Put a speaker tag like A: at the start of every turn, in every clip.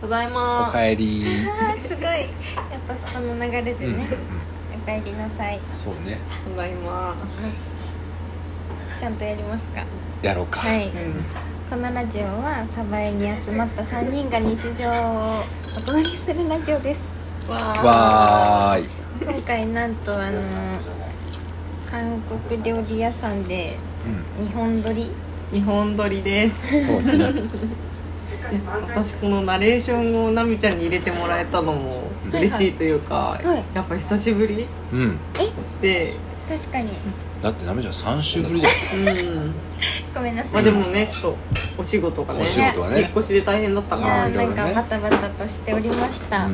A: ただい
B: お
A: ま
B: かえり、
C: あーすごいやっぱそこの流れで
B: うんうんうん
C: ね、おかえりなさい
B: そうね
A: ただいま
C: ちゃんとやりますか
B: やろうか、
C: はい
A: うん
C: このラジオはサバエに集まった3人が日常をお届けするラジオです
B: わーい
C: 今回なんとあの韓国料理屋さんで日本撮り
A: 日本撮りです
B: うんそうね
A: 私このナレーションをなみちゃんに入れてもらえたのも嬉しいというか、
C: いはい
A: やっぱ久しぶり
B: うん
A: で
C: 確かに
B: だってなめちゃん3週ぶりだよ
A: うん
C: ごめんなさ
A: まあ
C: い
A: でもねちょっとお仕事がね
B: お仕事がね
A: 引っ越しで大変だった
C: い
A: か
C: や
A: ら
C: ーなんかバタバタとしておりました、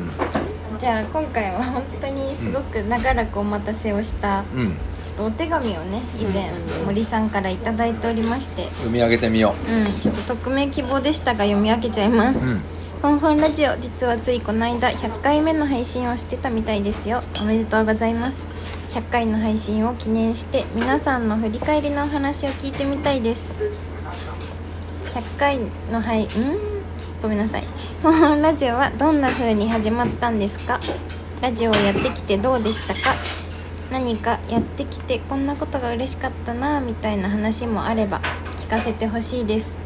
C: じゃあ今回は本当にすごく長らくお待たせをした
B: うん、うん、
C: ちょっとお手紙をね以前
A: うんうんうん
C: 森さんから頂いいておりまして、
B: 読み上げてみよ
C: うん、ちょっと匿名希望でしたが読み上げちゃいます
B: う、う
C: 「
B: ん、
C: フォンフォンラジオ」実はついこの間100回目の配信をしてたみたいですよおめでとうございます100回の配信を記念して皆さんの振り返りのお話を聞いてみたいです100回の配んごめんなさい「フォンフォンラジオ」はどんな風に始まったんですかラジオをやってきてどうでしたか何かやってきてこんなことが嬉しかったなぁみたいな話もあれば聞かせてほしいです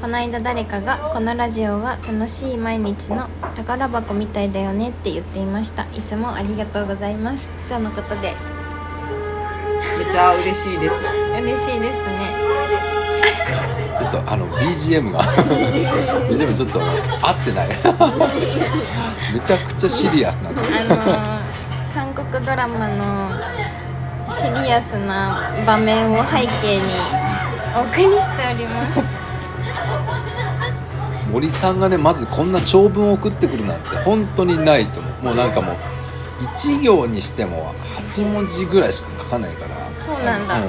C: この間誰かが「このラジオは楽しい毎日の宝箱みたいだよね」って言っていましたいつもありがとうございますとのことで
A: めちゃ嬉しいです
C: 嬉しいですね
B: ちょっとあの BGM が BGM ちょっと合ってない めちゃくちゃシリアスな曲
C: あの ー韓国ドラマのシリアスな場面を背景にお送りしております
B: 森さんがねまずこんな長文を送ってくるなんて本当にないと思うもうなんかもう1行にしても8文字ぐらいしか書かないから
C: そうなんだ
B: う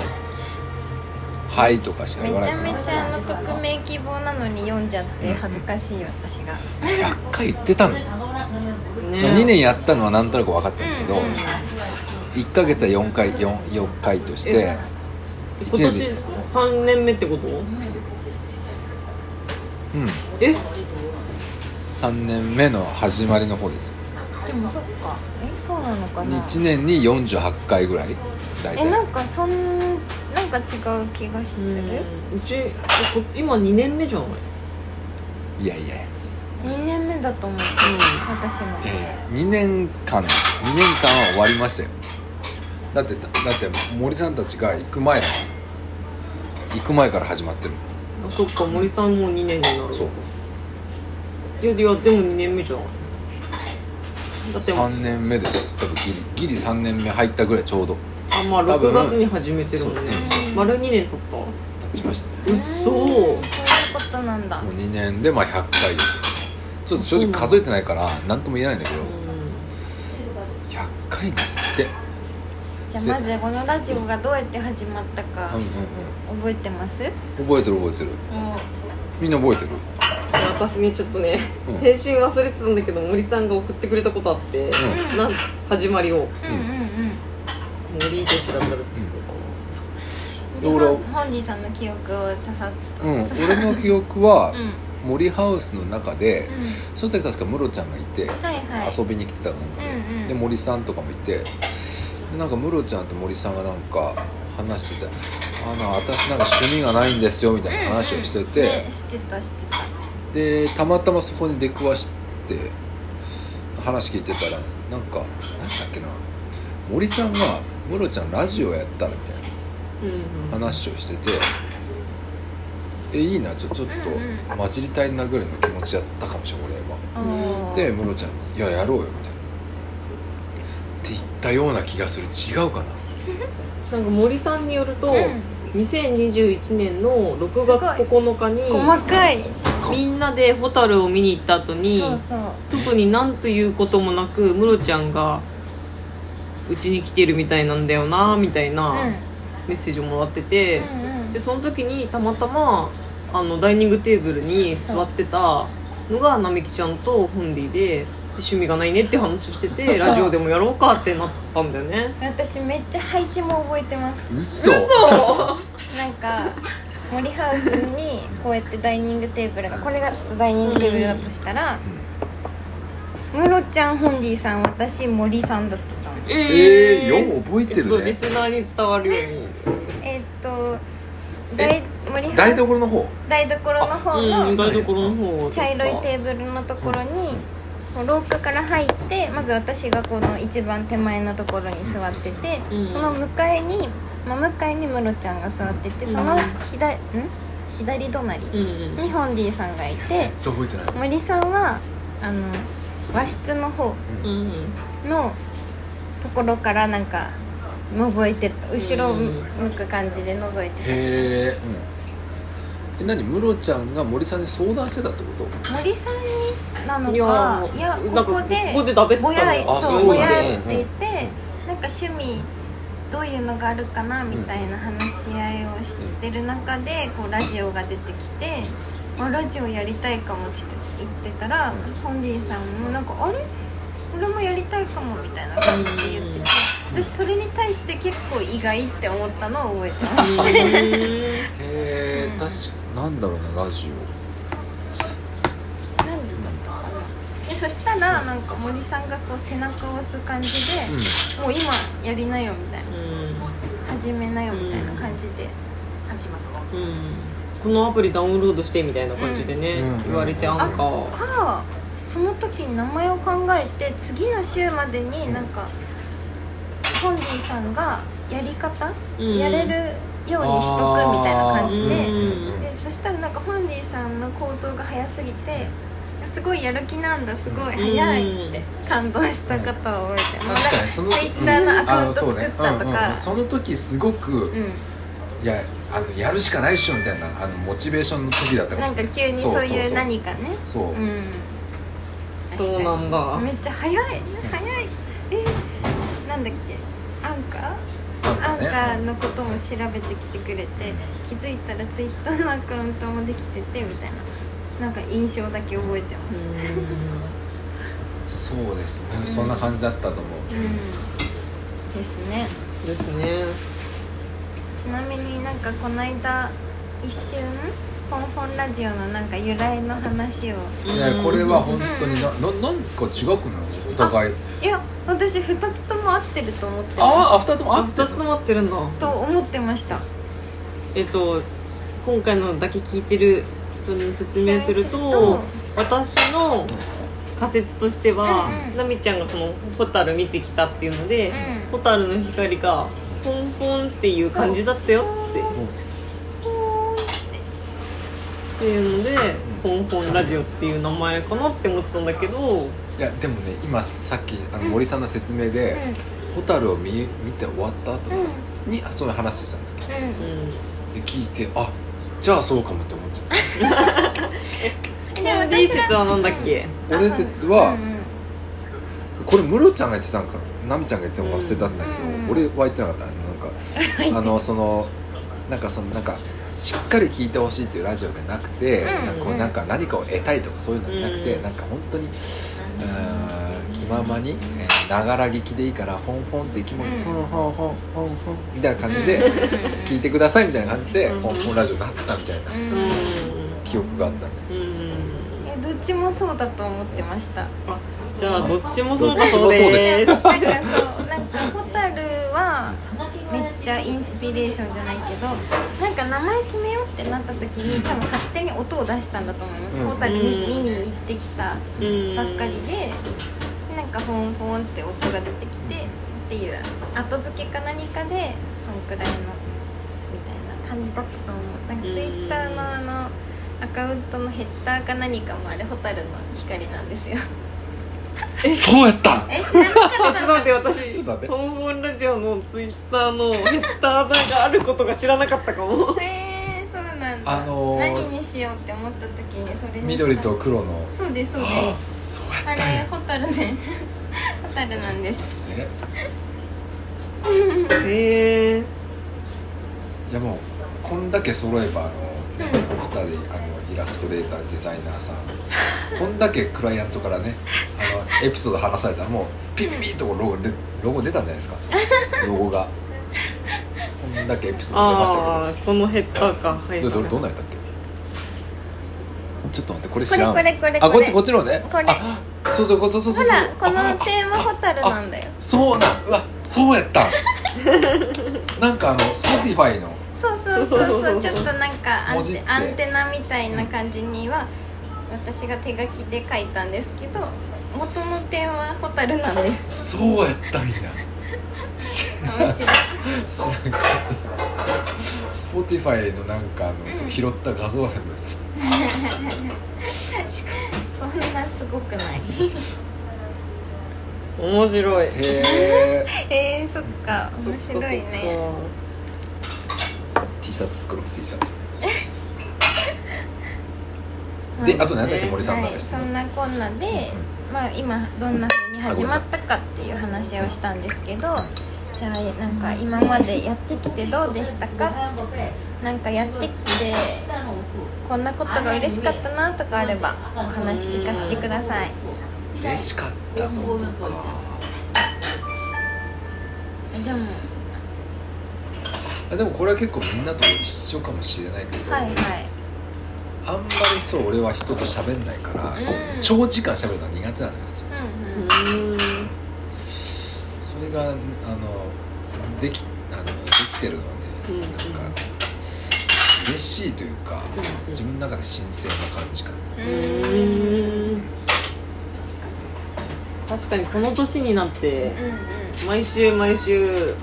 B: はい」とかしか
C: め
B: 言わない
C: ちゃ
B: から
C: めちゃあの匿名希望なのに読んじゃって恥ずかしい私が
B: 100回言ってたの、
A: ね
B: 2年やったのはなんとなく分かってたんだけど、
C: うんうん
B: 1ヶ月は4回 4, 4回として
A: 今
B: 1年
A: 年
B: で
A: 3年目ってこと
B: うん
A: え
B: 3年目の始まりの方ですよ
C: でもそっかえそうなのかな
B: 1年に48回ぐらい大
C: えな
B: 体
C: んかそんなんか違う気がする、
A: うんうちこ今2年目じゃない
B: いやいやいや
C: 2年目だと思う、私も
B: いやいや2年間2年間は終わりましたよだってだって森さんたちが行く前だ行く前から始まってる
A: あそっか森さんも2年になる
B: そう
A: いやいやでも2年目じゃないだって
B: 3年目です多分ギリギリ3年目入ったぐらいちょうど
A: あまあ
B: 多分
A: 6月に始めてるもんね
C: うん
A: 丸2年経った
B: 経ちましたね
A: うっ
C: そういう
A: そ
C: ことなんだ
B: もう2年でまあ100回ですよちょっと正直数えてないから何とも言えないんだけど100回ですって
C: じゃあまずこのラジオがどうやって始まったか
B: うんうん
C: 覚えてます
B: うん覚えてる覚えてる
C: も
B: みんな覚えてる
A: 私ねちょっとね
B: うん
A: 返信忘れてたんだけど森さんが送ってくれたことあって
B: う
A: なん始まりを
C: ううんうん
A: 森で調べたら
C: うんで
B: 俺
C: ホンホンディさんの記憶をささっと
B: うん
C: ささ
B: 俺の記憶は
C: うんうん
B: 森ハウスの中でその時確かムロちゃんがいて
C: はいはい
B: 遊びに来てたかなんかで,、
C: うんうん
B: で森さんとかもいてでなんかムロちゃんと森さんがなんか話してて「あの私なんか趣味がないんですよ」みたいな話をしてて、
C: うんうんねしてたしてた
B: でたまたまそこに出くわして話聞いてたらなんかなんだっけな森さんが「ムロちゃんラジオやったら」みたいな話をしてて「えいいなちょちょっ
C: うん
B: と混じりたいな」ぐらいの気持ちやったかもしれない俺は。
C: おー
B: でムロちゃんに「いややろうよ」みたいな。って言ったような気がする違うかな
A: なんか森さんによると
C: うん
A: 2021年の6月9日に
C: 細かい
A: みんなでホタルを見に行った後に
C: そうそう
A: 特になんということもなくムロちゃんがうちに来てるみたいなんだよなみたいな
C: うん
A: メッセージをもらってて、
C: うんうん
A: でその時にたまたまあのダイニングテーブルに座ってたのが並木ちゃんとホンディでで趣味がないねって話をして てラジオでもやろうかってなったんだよね
C: 私めっちゃ配置も覚えてます
B: 嘘
C: なんか森ハウスにこうやってダイニングテーブルがこれがちょっとダイニングテーブルだとしたら、ムロちゃんホンディさん私森さんだったの
B: えーよう覚えてるね
A: ちょっとリスナーに伝わるように
C: えーっと
B: え
C: 大森ハウス
B: 台所の方
C: 台所の方
A: う
C: の
A: ん、台所の方
C: 茶色いテーブルのところにこう廊下から入ってまず私がこの一番手前のところに座ってて、
A: うん
C: その向かいに真向かいにムロちゃんが座っててその左,、ん、左隣
A: うん
C: に
A: うん
C: ホンディさんがいて
B: そう覚えてない
C: 森さんはあの和室の方
A: うんうん
C: のところからなんか覗いてた後ろ向く感じで覗いてた
B: へーえ何ムロちゃんが森さんに相談してたってこと
C: 森さんになの
A: いや
C: かいや
A: なんか
C: ここで
A: ここで食べてたの
C: ぼやい
B: あ
C: そ
B: そうう
C: ぼや
B: ね
C: っていて、なんか趣味どういうのがあるかなみたいな話し合いをしてる中でこうラジオが出てきて「あラジオやりたいかも」って言ってたら、ホンディさんもなんか「あれ俺もやりたいかも」みたいな感じで言ってて。私それに対して結構意外って思ったのを覚えてます
B: へえ確かなんだろうなラジ
C: 何だったかなでそしたらなんか森さんがこう背中を押す感じで、もう今やりなよみたいな 始めなよみたいな感じで始まっ
A: うんうんこのアプリダウンロードしてみたいな感じでね、
B: うん
A: 言われてア
C: た、
A: ンカー
C: あかその時に名前を考えて次の週までになんかホンディさんがやり方、
A: うん
C: やれるようにしとくみたいな感じで,、
A: うん
C: でそしたらなんかホンディさんの行動が早すぎてすごいやる気なんだすごい早いって感動したことを覚えてます
B: 確かにその
C: ツイッターのアカウント
B: あそう
C: 作
B: ね
C: ったと
B: うんうん
C: か
B: うんその時すごく、
C: うん
B: いやあのやるしかないっしょみたいなあのモチベーションの時だったか
C: な
B: もし
C: んか
B: れない
C: 急にそういう何かね
B: そう
C: う
B: そうそう、
A: そ
C: ん
A: うなんだ
C: めっちゃ早い早いえーなんだっけアンカーアンカーのことも調べてきてくれて気づいたらツイッターのアカウントもできててみたいななんか印象だけ覚えてます
A: う
B: そうですね、
C: うん
B: そんな感じだったと思う
C: うんですね
A: んですね
C: ちなみになんかこの間一瞬フォンフォンラジオのなんか由来の話を
B: いやこれは本当になななんか違くないお互い
C: いや私2つとも合ってると思ってま
B: ああ二人とも
A: あ
B: あ
A: 二つも合ってるんだ
C: すと思ってました
A: えっと今回のだけ聞いてる人に説明する
C: 説明する
A: と
C: と
A: 私の仮説としては、
C: うんうん
A: なみちゃんがそのホタル見てきたっていうので、
C: うん
A: ホタルの光がポンポンっていう感じだったよってっていうので「ポンポンラジオ」っていう名前かなって思ってたんだけど
B: いやでもね今さっきあの森さんの説明で「蛍、を見見て終わった後
C: うんうん
B: に、あその話してたんだっ
C: うん
A: う
B: けで聞いてあじゃあそうかもって思っちゃっ
A: ん
C: でも私は
A: いい説はなんだっけ、
B: た俺説は、これムロちゃんが言ってたんかナミちゃんが言ってたのか忘れたんだけど、
C: うん
B: 俺は言ってなかったあのなんかあのそのなんかそのなんかしっかり聞いてほしいっていうラジオじゃなくて、
C: うん
B: なんかこうなんか何かを得たいとかそういうのじゃなくて、
A: うん
B: なんか本当に、あー気ままにえーながら聞きでいいからフォンフォンって気持ち、
C: うん
B: フォンフォンフォンフォンフォンみたいな感じ
C: で
B: で聞いてくださいみたいな感じで、
A: うん
B: フォンフォンラジオになったみたいな
A: うん
B: 記憶があったんです、
A: うん
C: どっちもそうだと思ってました
A: あじゃあどっちもそうだそうです
C: なんかそうなんかホタルはめっちゃインスピレーションじゃないけどなんか名前決めようってなった時に多分勝手に音を出したんだと思います、
B: うん
C: ホタルに見に行ってきた
A: うん
C: ばっかりでなんかホンホンって音が出てきてっていう後付けか何かでそんくらいのみたいな感じだったと思うなんかツイッターのあのアカウントのヘッダーか何かもあれホタルの光なんですよ
B: そうやったん
C: え知らなかっ
A: あちょっと待って私
B: ちょっと待って
A: トンボンラジオのツイッターのヘッダーがあることが知らなかったかも
C: た へえそうなんだ、
B: あのー
C: 何にしようって思った時にそれにした
B: 緑と黒の
C: そうですそうです
B: あそうや
C: あ
B: ったん
C: れ
B: や
C: ホタルね ホタルなんです
B: え
A: へえ
B: いやもうこんだけ揃えばあのお
C: ん
B: 二人あのイラストレーターデザイナー さんこんだけクライアントからねあのエピソード話されたらもうピッピッとロゴでロゴ出たんじゃないですか ロゴがこんだけエピソード出ました
A: ああこのヘッダーかは
B: け
A: い
B: どどどどんなんやったっけちょっと待ってこれ
C: こ
B: 知らん
C: れこれこれ
B: あこっちこっちのね
C: これ
B: あそうそうこそうそうそ
C: ほ
B: う
C: らこ
B: あ
C: の
B: あ
C: テーマホタルなんだよ
B: そうなんうわそうや ったんなんかあの Spotify の
C: そうそうそ
A: そ
C: う
A: うそう
C: そ
A: そうう
C: ちょっとなんかアン
B: 文字っ
C: テ
B: て
C: アンテナみたいな感じには私が手書きで書いたんですけど元の点はホタルなんです
B: そうやったんや知
C: 面
B: ら
C: 白い
B: ん知らんかった Spotify のなんかあの拾った画像なんです
C: そんなすごくない
A: 面白い
B: へえ
C: えー、そっか面
A: そっ
C: 白
A: か
C: いね
A: そ
B: T シャツ作ろう T シャツ
C: そう
B: であと何だっけ森さんの
C: はい、
B: 話
C: そんなこんなで、まあ、今どんな風に始まったかっていう話をしたんですけどじゃあなんか今までやってきてどうでしたかなんかやってきてこんなことが嬉しかったなとかあればお話聞かせてください
B: 嬉しかったことか
C: でも
B: あでもこれは結構みんなと一緒かもしれないけど、
C: はいはい
B: あんまりそう俺は人と喋んないから、こ
C: うん
B: う長時間喋るのは苦手なんだよね
C: うんうん
A: うう
B: それがあのできあのできてるのはね、
A: うん
B: なんか嬉しいというか、
A: うん
B: 自分の中で新鮮な感じかな、
A: ー
C: うん
A: ん確かにこの年になって毎週毎週本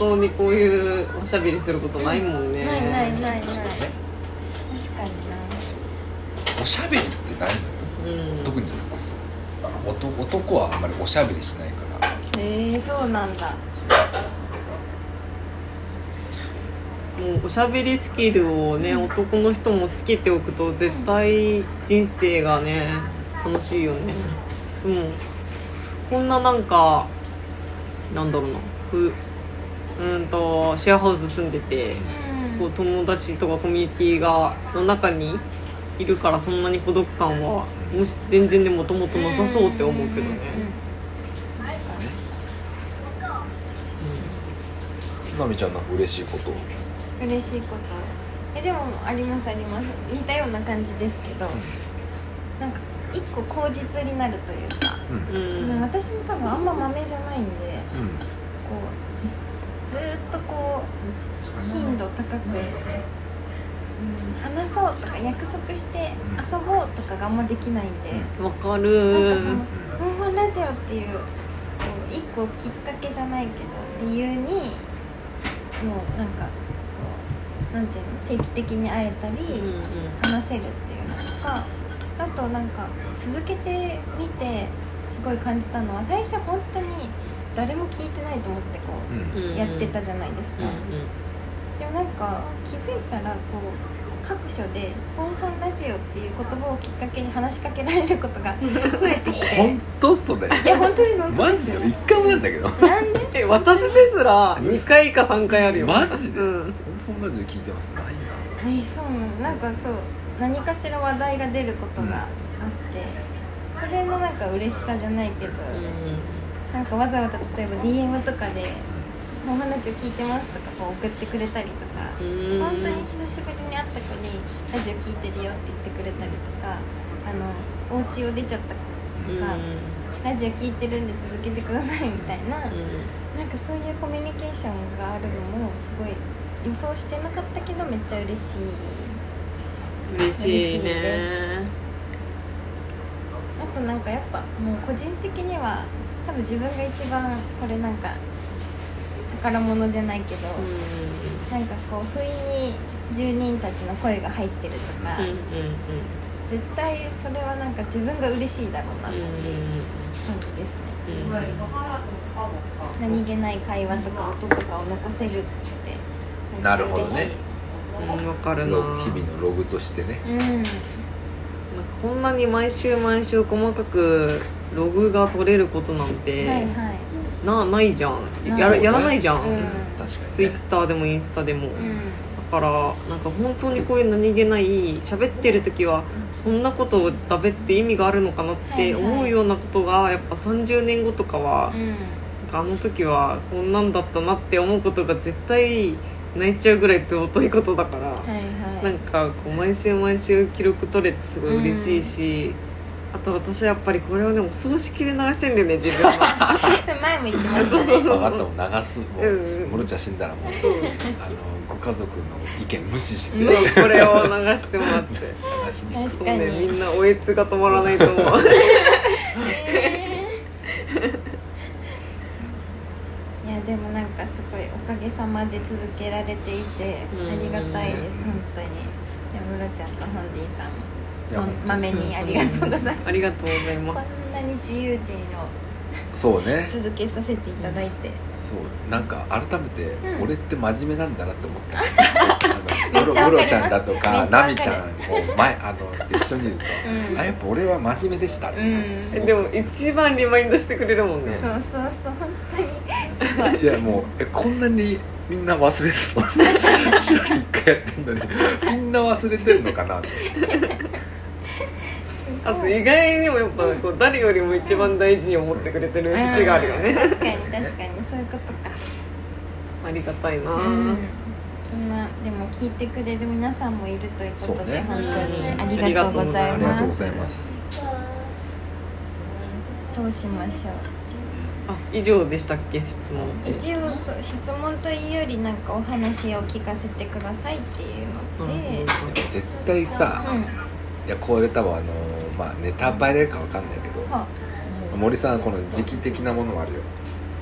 A: 当にこういうおしゃべりすることないもんね、
C: ないないないない
B: 確
C: 確
B: かにね
C: かにな
B: おしゃべりってないのよ
A: うん
B: 特に男男はあんまりおしゃべりしないから
C: えー、そうなんだ
A: もうおしゃべりスキルをね、男の人もつけておくと絶対人生がね楽しいよねうんこんななんかなんだろうなふうーんとシェアハウス住んでてこう友達とかコミュニティがの中にいるからそんなに孤独感はもし全然でもともとなさそうって思うけどね、
B: なみちゃんなんか嬉しいこと
C: 嬉しいことえでもありますあります似たような感じですけどなんか一個口実になるというか、
B: うん
A: う
B: うん
C: うん
A: ん
C: 私も多分あんま豆じゃないんでこうずーっとこう頻度高く、うん、話そうとか約束して遊ぼうとかがあんまできないんで、
A: わか
C: な
A: る
C: んかその「モンモンラジオ」っていうこう一個きっかけじゃないけど理由にもうなんかこうなんていうの定期的に会えたり、
A: うんうん
C: 話せるっていうのとかあとなんか続けてみてすごい感じたのは最初本当に誰も聞いてないと思ってこ
B: うんうん
A: うんう
C: うんやってたじゃないです
A: う
C: か、
A: んうん
C: でもなんか気づいたらこう各所で「本本ラジオ」っていう言葉をきっかけに話しかけられること が増えてきて
B: 本当っすね
C: いや本当に本当
B: マ
C: で
B: ジ
C: す
B: で
C: よ
B: 一回もやんだけど
C: なんで
A: え私ですら2回か3回あるよ
B: マジで
A: うん
B: 本当ラジオ聞いてますないな
C: えそうなのなんかそう何かしら話題が出ることがあって、それのなんか嬉しさじゃないけど、なんかわざわざ例えば DM とかで「お話を聞いてます」とかこう送ってくれたりとか、
A: うん
C: 本当に久しぶりに会った子に「ラジオ聞いてるよ」って言ってくれたりとかあのお家を出ちゃった子が
A: う
C: 「ラジオ聞いてるんで続けてください」みたいな、
A: ん
C: なんかそういうコミュニケーションがあるのもすごい予想してなかったけどめっちゃ嬉しい
A: うん嬉しいね
C: あとなんかやっぱもう個人的には多分自分が一番これなんか宝物じゃないけど、
A: うん
C: なんかこう不意に住人たちの声が入ってるとか、
A: うんうん
C: 絶対それはなんか自分が嬉しいだろうなって
A: うんう
C: い
A: ん
C: う感じですね、
A: うんうん
C: 何気ない会話とか音とかを残せるって
B: なるほどね
A: うんわかるな
B: ログ日々のログとしてね
C: めっちゃ嬉しいうん
A: こんなに毎週毎週細かくログが取れることなんて、
C: はいはい
A: なないじゃんや
C: な
A: ら
B: い
A: やらないじゃん、
C: うん
B: 確か
A: ツイッターでもインスタでも、
C: うん
A: だからなんか本当にこういう何気ない喋ってる時はこんなことをだべって意味があるのかなっ
C: はい
A: て
C: はい
A: 思うようなことがやっぱ30年後とかは
C: う、ん
A: なんかあの時はこんなんだったなって思うことが絶対泣いちゃうぐらい尊いことだから、
C: はいはい
A: なんかこう毎週毎週記録取れてすごい嬉しいし、あと私やっぱりこれをねお葬式で流してんだよね自分 は
C: 前も言ってました
A: そう
C: ね
A: そうそう
B: 分かったもう流すも
A: うんう
B: うんモロちゃん死んだらもう
A: そう
B: あのご家族の意見無視して流
A: そうこれを流してもらって
B: しに行く
A: そう
C: 確
A: ね
C: かに
A: みんなおえつが止まらないと思う
C: いやでもなんかすごいおかげさまで続けられていて
A: うん
C: ありがたいです本当にでムロちゃんとホンディさんも
B: いや本当
C: まめにありがとうございます
A: ありがとうござい
C: こ
A: ます
C: んなに自由人を
B: そうね
C: 続けさせていただいて
B: そうなんか改めて、
C: うん
B: 俺って真面目なんだなって思った
C: めっちゃ
B: あのムロム
C: わかります
B: ロちゃんだと
C: め
B: か
C: っちゃわか
B: ナ
C: る
B: ミちゃんを前あの一緒にいると、
C: うん
B: あやっぱ俺は真面目でしたって、
C: うん
A: えでも一番リマインドしてくれるもんね
C: そうそうそう本当に すごい
B: いやもうえこんなにみんな忘れるの 週に1回やってんのにみんな忘れてるのかなって
A: あと意外にもやっぱこう誰よりも一番大事に思ってくれてる節があるよ
C: うん
A: ね
C: 確かに確かにそういうことか
A: ありがたいな
C: うんそんなでも聞いてくれる皆さんもいるということ
B: そう
C: で、
B: ね
C: 本当
A: うん
C: にありがとうござい
B: ありが
C: ま
B: とうご
C: す
B: ざいます
C: どうしましょう
A: あ以上でしたっけ質問って
C: 一応そう質問というよりなんかお話を聞かせてくださいっていうので、
B: やっぱ絶対さ、
C: うん
B: いやこれ多分あのまあネタバレかわかんないけど、
C: は
B: 森さんこの時期的なものもあるよ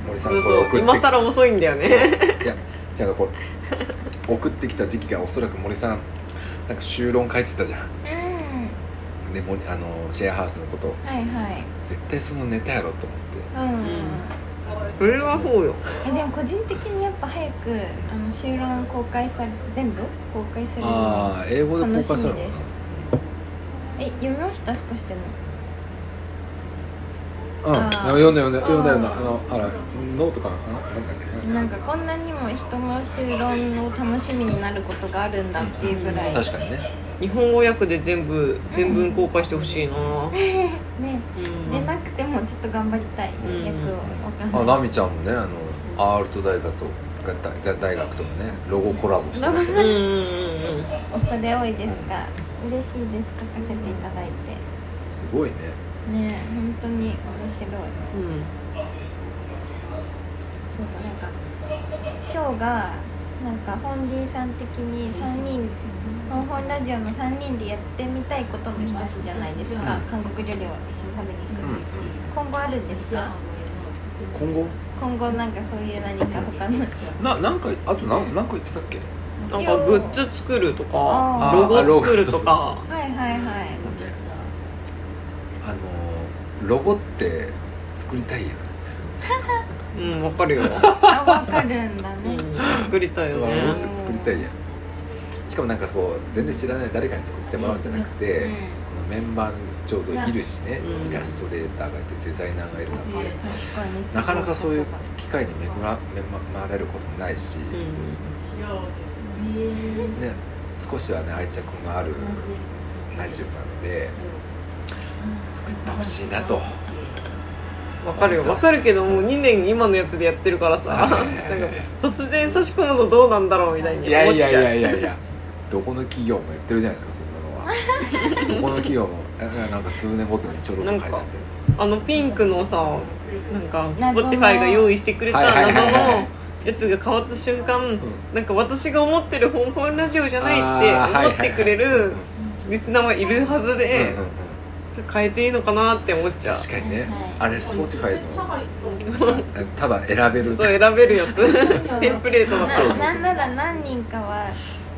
B: 森さん
A: そう
B: これ送
A: そ
B: って
A: う今更遅いんだよね
B: じゃじゃあこれ送ってきた時期がおそらく森さんなんか修論書いてたじゃん
C: うん
B: で森あのシェアハウスのこと
C: はいはい
B: 絶対そのネタやろと思っ
C: うん、
A: んそれはそうよ
C: えでも個人的にやっぱ早くあの修論公開され全部公開され
B: て
C: るのが
B: ああ英語で公
C: 楽
B: 開
C: し
B: するのか
C: み
B: な
C: ですえ読みました少しでも
B: うん
C: あー
B: 読んだ読んだ読んだ読ん
C: あ
B: だ
C: ー
B: あのあらノートかなあなんだっけ
C: なんかこんなにも人の修論を楽しみになることがあるんだっていうぐらい、
B: 確かにね
A: 日本語訳で全部全文公開してほしいなう
C: ね
A: ん
C: 出なくてもちょっと頑張りた
A: ん
C: い、役をわかんない
B: あナミちゃんもねあのアールト大学とが大大学とのねロゴコラボしてました
A: うんうんう
B: ね
A: んうん
C: 恐れ多いですが嬉しいです書かせていただいて
B: すごいね
C: ねえ本当に面
A: う
C: 白い
A: ん
C: そうだなんか今日がなんかホンディさん的に3人本本ラジオの3人でやってみたいことの一つじゃないですか韓国料理を一緒に食べに行く、今後あるんですか
B: 今後
C: 今後なんかそういう何か他の
B: ななんかあと何何個言ってたっけ
A: なんかグッズ作るとか
C: あ
A: ロ
B: ー
A: ゴ作るとか
C: はいはいはい
B: ねあのロゴって作りたいやん
A: うんわかるよ、
C: あわかるんだね、
A: うん、作りたいよね
B: ロゴって作りたいやんしかもなんかこう全然知らない誰かに作ってもらうんじゃなくて、
C: うん
B: このメンバーにちょうどいるしね、
A: うん
B: イラストレーターがいてデザイナーがいる中で、
C: 確かにすご
B: なかなかそういう機会に恵ま恵まれることもないし、
A: う
B: ね、少しはね愛着のあるラジオなので作ってほしいなと、
A: んわかるよわかるけどもう2年今のやつでやってるからさ
B: は
A: ないん
B: はい
A: か
B: はい
A: 突然差し込むのどうなんだろうみたいに思っ
B: い
A: ちゃ
B: や
A: う
B: いやいやいやいやどこの企業もやってるじゃないですかそんなのはどこの企業もえなんか数年ごとにちょろっと書いてあっ
A: あのピンクのさなんか
C: 謎の
A: Spotify が用意してくれた
B: はいはいはいはい
A: 謎のやつが変わった瞬間、なんか私が思ってる本本ラジオじゃ
B: あ
A: な
B: ーはい
A: い
B: はい
A: って思ってくれるリスナーはいるはず
B: て、
A: で
B: うんうんうん
A: 変えていいのかなって思っちゃう
B: 確かにね、
C: はいはい
B: あれ Spotify のえただ選べ る
A: そう選べるやつテンプレートだから
B: そうそう
C: ななんなら何人かは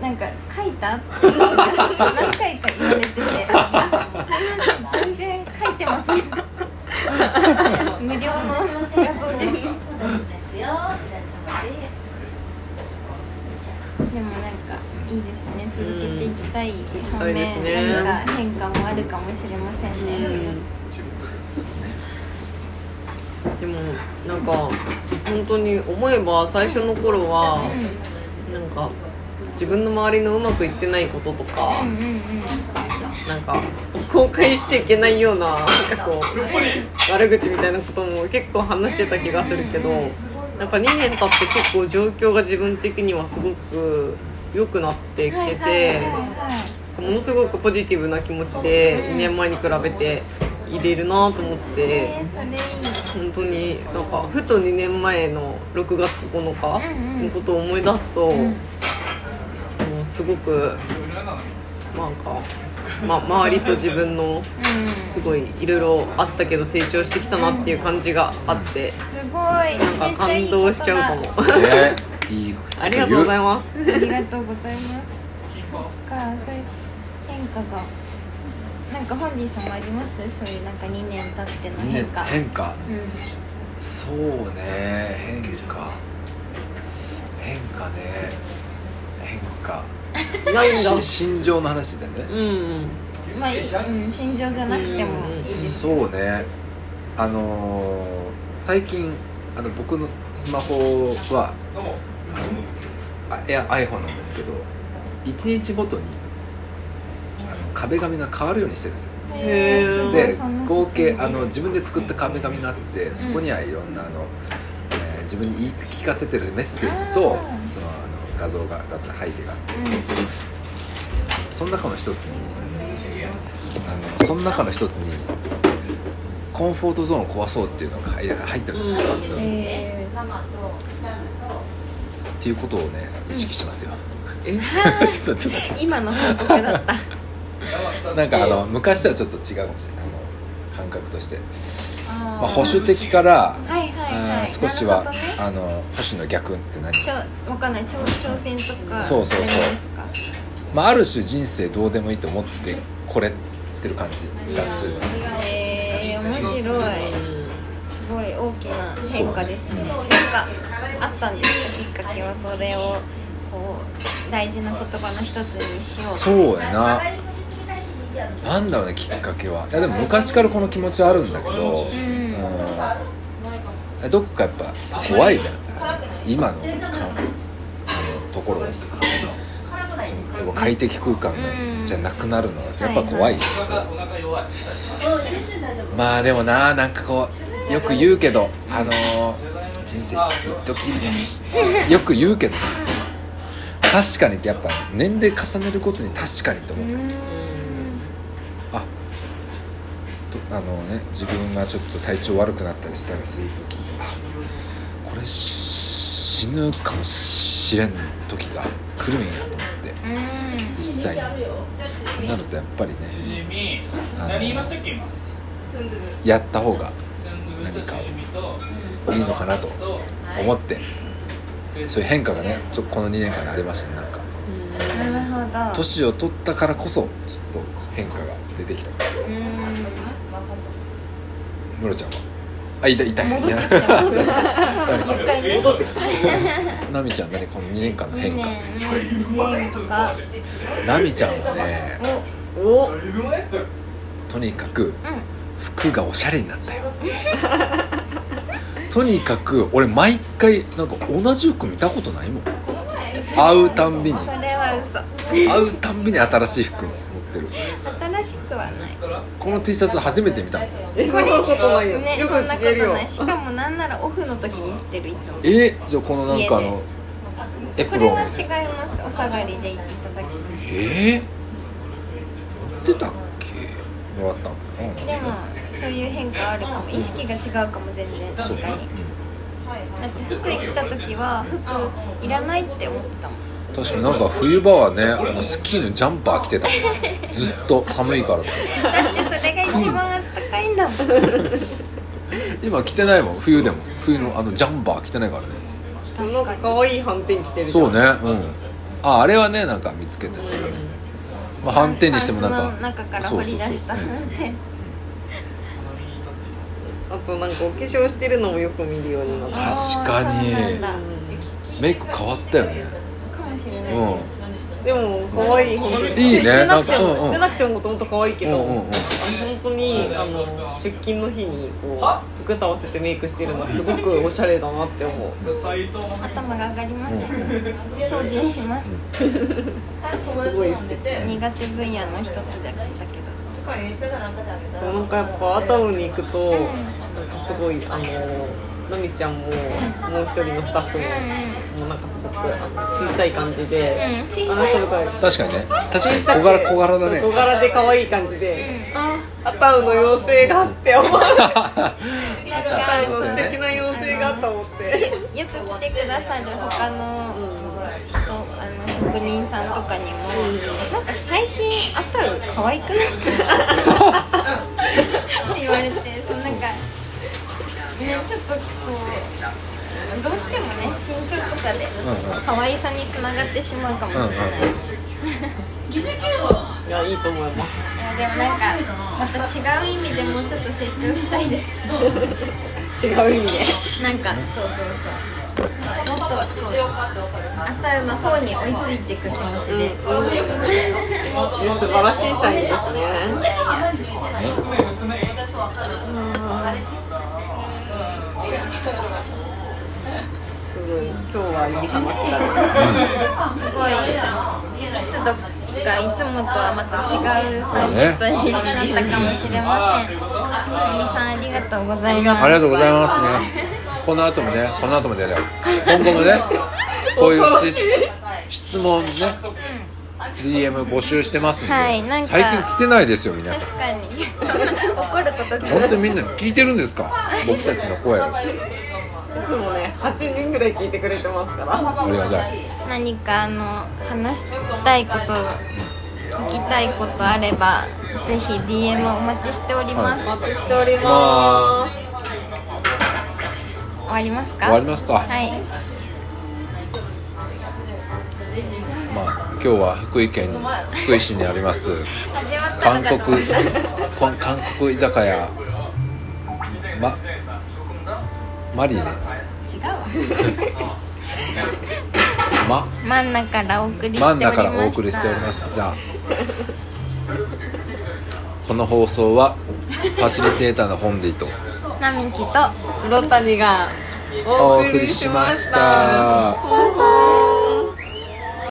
C: なんか書いたって何回か言われててあすいません全然書いてません無料の画像ですでもなんかいいですね続けていきたい反
A: い
C: 面
A: ですね
C: 何か変化もあるかもしれませんね、
A: でもなんか本当に思えば最初の頃はなんか自分の周りのうまくいってないこととか
C: うんうん
A: なんか公開しちゃいけないようななんかこう悪口みたいなことも結構話してた気がするけどなんか2年経って結構状況が自分的にはすごく良くなってきてて。
C: はいはいはいはい
A: ものすごくポジティブな気持ちで2年前に比べて入れるなと思って
C: えーそれいい
A: 本当になんかふと2年前の6月9
C: うんうん
A: 日のことを思い出すと、
C: ん
A: もうすごくなんか、ま、周りと自分の
C: うんす
A: すごいいろいろあったけど成長してきたなっていう感じがあって
C: ごい
A: なんか
C: めっちゃいい
A: 感
C: こと
A: 動
C: だ
A: しちゃうかも
B: ねいい
A: ありがとうござい
B: ま
A: ます
C: ありがと うございます。そっか、そういう変化が。なんか本人さんはあります？そういうなんか2年経っての変
B: 変
C: 化。
B: 化
C: うん。
B: 変化そうね変化変化ね変化
A: なんだ
B: し心情の話でね
A: うんうん
C: まあいい、うん、心情じゃなくてもいいです。
B: そうねあのー最近あの僕のスマホはあのあいや iPhone なんですけど1日ごとにあの壁紙が変わるようにしてるんですよ
A: へー
C: すごい
B: で
C: そんな
B: 合計
C: 設
B: あ
C: 定
B: の自分で作った壁紙があってそこにはいろんなあの、えー自分に言い聞かせてるメッセージとそのあ
C: あ
B: の
C: ー
B: 画像がが背景があってその中の一つにあのその中の一つにコンフォートゾーンを壊そうっていうのが入入ってるんですけど、
C: うん。
B: っ
C: え
B: ていうことをね意識しますよ、
A: え
B: ちょっとちょっと待っ
C: ー今の報告だった。
B: てなんかあの昔とはちょっと違うかもしれないあの感覚として、
C: ま
B: まあ、保守的から
C: はいはいは
B: あ
C: い。
B: ー少しは、
C: なるほどね
B: あの保守の逆って何
C: ちょわかんない。挑挑戦とか。
B: そうそうそう
C: ですか。
B: まあ、ある種人生どうでもいいと思ってこれってる感じがするます
C: えー、面白い。すごい大きな変化ですね。なんかあったんですかきっかけはそれをこう大事な言葉の一つにしよう。
B: そうやななんだろうねきっかけはいやでも昔からこの気持ちはあるんだけど、
C: う。
B: うんん、どこかやっぱ怖いじゃん今のかあのところその要は快適空間
C: うん
B: じゃなくなるのってやっぱ怖い、
C: は
B: まあでもななんかこうよく言うけどあのー人生一度きりだしよく言うけどさ確かにってやっぱ年齢重ねることに確かにと
C: う
B: 思う、
C: ん。
B: あとあのね自分がちょっと体調悪くなったりしたりする時あこれ死ぬかもしれん時が来るんやと思って実際にそうなるとやっぱりねあの
D: 何言いましたっけ今
B: やった方が
D: 何
B: 何か
D: か
B: いいのかなと思ってそういう変化がねちょこの2年間でありましたねなんか
C: うん。なるほど。
B: 年を取ったからこそちょっと変化が出てきた
C: うん。
B: ムロちゃんはあいたいたい
C: 戻
B: や
C: ってき た。もう
B: ナミちゃ
C: 一回ね。
B: んナミちゃんのねこの2年間の
C: 二
B: 変化
C: 年変化。
B: ナミちゃんはね
C: お。
A: お
B: とにかく
C: うん。
B: 服がおしゃれになった よとにかく俺毎回なんか同じ服見たことないもん会うたんびに
C: それは嘘。
B: 会うたんびに新しい服持ってる
C: 新しくはない。
B: この T シャツ初めて見たの
A: えそんなことないよ、
C: ね、
A: よく
C: そんな
A: 聞
C: こ
A: ける
C: と
A: よ
C: ない。しかもなんならオフの時に着てるいつも。
B: えじゃあこのなんかあ
C: 家
B: の
C: で
B: エ
C: こ
B: プ
C: れ
B: ロン
C: は違います。お下がりで行っていただきまし
B: えー、持ってたっけもらったんかな
C: た。でもそういう変化はあるかも。意識が違うかも全然。確かに。だって服着た時は服いらないって思ってたもん。
B: 確かになんか冬場はねあのスキーのジャンパー着てたもんずっと寒いからって
C: だってそれが一番あったかいんだもん。
B: 今着てないもん冬でも冬のあのジャンパー着てないからね
A: なんか可愛い反転着てるじゃん
B: そうねうんああれはねなんか見つけたやつがね、まあ、反転にしてもなん
C: タン
B: か
C: スの中から掘り出した
B: そうそう
C: なんて。
A: あとなんかお化粧してるのもよく見るようになった
B: 確かに
C: あーそうなん
B: メイク変わったよね
C: だかもしれないです。
B: う
A: でも可愛い本当に
B: いいね
A: してなくても
B: なんかうんうん
A: してなくてももともと可愛いけ
B: んう
A: ど、
B: んうんうん
A: 本当にあの出勤の日にこう服と合わせてメイクしてるのすごくおしゃれだなって思う
C: 頭が上がります。
B: うん
C: 精進します。
A: すごい素敵
C: 苦手分野の一つだったけど。
A: でもなんかやっぱアタムに行くと、
C: うん
A: なんかすごいあのナミちゃんももう一人のスタッフも、もうなんかすごくあの小さい感じで、
C: うん、小
A: あの
C: さい
A: 人が
B: 確かにね確かに
A: 小さ
B: 小
A: く
B: 柄小柄だね
A: 小柄で可愛い感じで、あアタウの妖精があって思うアタウの
B: そう
A: 素
B: だよ
A: 敵
B: ね
A: な妖精があった思って
C: よく来てくださる他の人あの職人さんとかにもなんか最近あたる可愛く なったって言われてそのなんかねちょっとこうどうしてもね身長とかで
B: んうん
C: 可愛さにつながってしまうかもしれない、
B: うんうん
A: いやいいと思います
C: いやでもなんかまた違う意味でもうちょっと成長したいです
A: 違う意味で
C: なんかそうそうそうもっとこうあたうの方に追いついていく気持ちで、
A: 素晴らしい社員ですねすごい今日はいい話 だね
C: すごいいつどっかいつもとはまた違う30分になったかもしれません森さんありがとうございます
B: ありがとうございますねこの後もねこの後も出るよ今後も ねこういうし質問ね DM 募集してますんで、
C: はいなんか
B: 最近来てないですよ皆さん
C: 確かに そんな怒ること
B: 本当にみんな聞いてるんですか僕たちの声をあ
A: いつもね8人ぐらい聞いてくれてますから
B: りがたい
C: 何かあの話したいこと聞きたいことあればぜひ DM お待ちしております、
A: お待ちしております
C: 終わりますか
B: 終わりますか、
C: はい
B: まあ今日は福井県福井市にあります
C: 始まった
B: 韓
C: のか
B: 国
C: と思った
B: こん韓国居酒屋まマリネ
C: 違うわ
B: ま
C: 真ん中からお送りして
B: マ
C: おりました
B: ンダからお送りしておりますじゃあこの放送はファシリテーターの本でいいと
C: ナミキと
A: ロタニがお送
B: お送
A: り
B: り
A: し
B: し
A: ま
B: ま
A: し
B: したた